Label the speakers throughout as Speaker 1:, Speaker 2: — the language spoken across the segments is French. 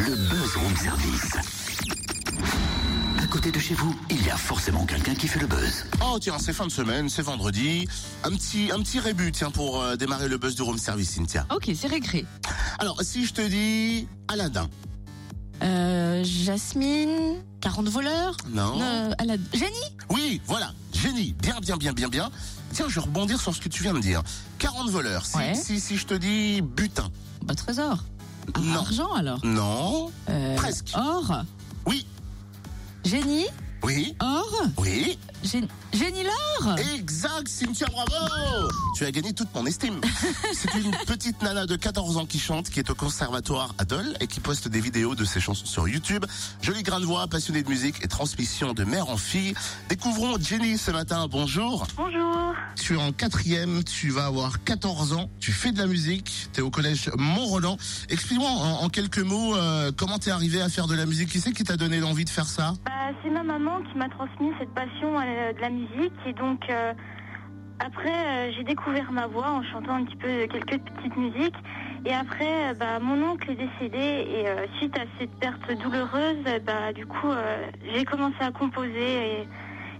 Speaker 1: Le buzz room service. À côté de chez vous, il y a forcément quelqu'un qui fait le buzz.
Speaker 2: Oh tiens, c'est fin de semaine, c'est vendredi. Un petit, un petit rébut tiens pour euh, démarrer le buzz du room service, Cynthia.
Speaker 3: Ok, c'est récré.
Speaker 2: Alors si je te dis Aladdin,
Speaker 3: Euh, Jasmine, 40 voleurs.
Speaker 2: non
Speaker 3: Euh, à la... Jenny
Speaker 2: Oui, voilà, génie, bien, bien, bien, bien, bien. Tiens, je vais rebondir sur ce que tu viens de dire. 40 voleurs. Si,
Speaker 3: Ouais.
Speaker 2: si, si je te dis butin,
Speaker 3: Bah, trésor. Ah,
Speaker 2: Non.
Speaker 3: Argent alors.
Speaker 2: non
Speaker 3: Euh,
Speaker 2: Presque.
Speaker 3: Or.
Speaker 2: Oui,
Speaker 3: Génie.
Speaker 2: oui,
Speaker 3: Or.
Speaker 2: oui.
Speaker 3: Gé- Génie l'or.
Speaker 2: Exact, Cynthia, bravo Tu as gagné toute mon estime. C'est une petite nana de 14 ans qui chante, qui est au conservatoire à Dole et qui poste des vidéos de ses chansons sur YouTube. Jolie grande voix, passionnée de musique et transmission de mère en fille. Découvrons Jenny ce matin, bonjour.
Speaker 4: Bonjour.
Speaker 2: Tu es en quatrième, tu vas avoir 14 ans, tu fais de la musique, tu es au collège Mont-Roland. Explique-moi en, en quelques mots euh, comment t'es arrivé à faire de la musique. Qui c'est qui t'a donné l'envie de faire ça
Speaker 4: Bah, c'est ma maman qui m'a transmis cette passion euh, de la musique et donc euh, après euh, j'ai découvert ma voix en chantant un petit peu quelques petites musiques et après euh, bah, mon oncle est décédé et euh, suite à cette perte douloureuse euh, bah, du coup euh, j'ai commencé à composer et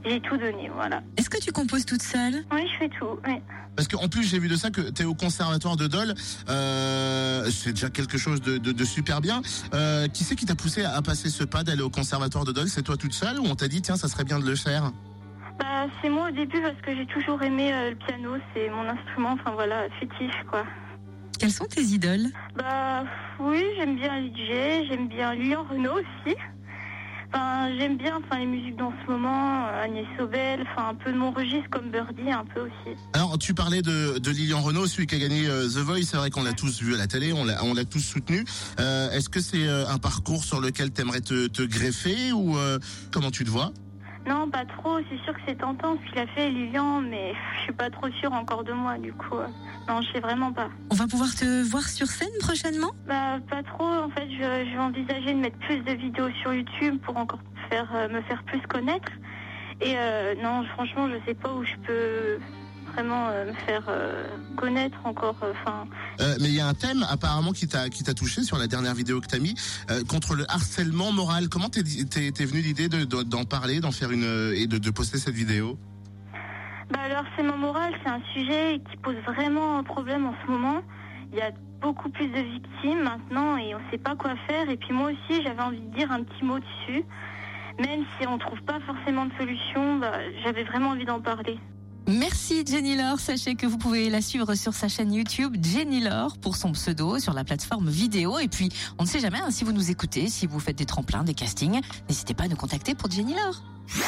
Speaker 4: j'ai tout donné voilà.
Speaker 5: Est-ce que tu composes toute seule
Speaker 4: Oui je fais tout. oui.
Speaker 2: Parce qu'en plus, j'ai vu de ça que tu es au conservatoire de Dole. Euh, c'est déjà quelque chose de, de- de super bien. Euh, qui c'est qui t'a poussé à passer ce pas d'aller au conservatoire de Dole C'est toi toute seule ou on t'a dit, tiens, ça serait bien de le faire
Speaker 4: Bah, c'est moi au début parce que j'ai toujours aimé euh, le piano c'est mon instrument enfin voilà fétiche quoi.
Speaker 5: Quelles sont tes idoles
Speaker 4: Bah oui, j'aime bien DJ, j'aime bien Lyon Renault aussi. Enfin, j'aime bien enfin, les musiques dans ce moment, euh, Agnès Sobel, enfin un peu de mon registre comme Birdie un peu aussi.
Speaker 2: Alors, tu parlais de, de Lilian Renault, celui qui a gagné euh, The Voice. C'est vrai qu'on l'a tous vu à la télé, on l'a on l'a tous soutenu. Euh, Est-ce que c'est euh, un parcours sur lequel t'aimerais te, te greffer ou euh, comment tu te vois
Speaker 4: Non, pas trop, c'est sûr que c'est tentant ce qu'il a fait Lilian, mais je suis pas trop sûre encore de moi du coup. euh, Non, je sais vraiment pas.
Speaker 5: On va pouvoir te voir sur scène prochainement
Speaker 4: Bah pas trop, en fait, je, je vais envisager de mettre plus de vidéos sur YouTube pour encore faire euh, me faire plus connaître. Et euh, non, franchement, je sais pas où je peux vraiment euh, me faire euh, connaître encore. Enfin,
Speaker 2: Euh, Mais il y a un thème apparemment qui t'a qui t'a touché sur la dernière vidéo que t'as mis euh, contre le harcèlement moral. Comment t'es t'es t'es venu l'idée de- de- d'en parler, d'en faire une euh, et de, de poster cette vidéo
Speaker 4: Bah alors c'est mon moral, c'est un sujet qui pose vraiment un problème en ce moment. Il y a beaucoup plus de victimes maintenant et on ne sait pas quoi faire. Et puis moi aussi j'avais envie de dire un petit mot dessus. Même si on ne trouve pas forcément de solution, bah, j'avais vraiment envie d'en parler.
Speaker 3: Merci Jenny Laure. Sachez que vous pouvez la suivre sur sa chaîne YouTube Jenny Laure pour son pseudo sur la plateforme vidéo. Et puis, on ne sait jamais hein, si vous nous écoutez, si vous faites des tremplins, des castings, n'hésitez pas à nous contacter pour Jenny Laure.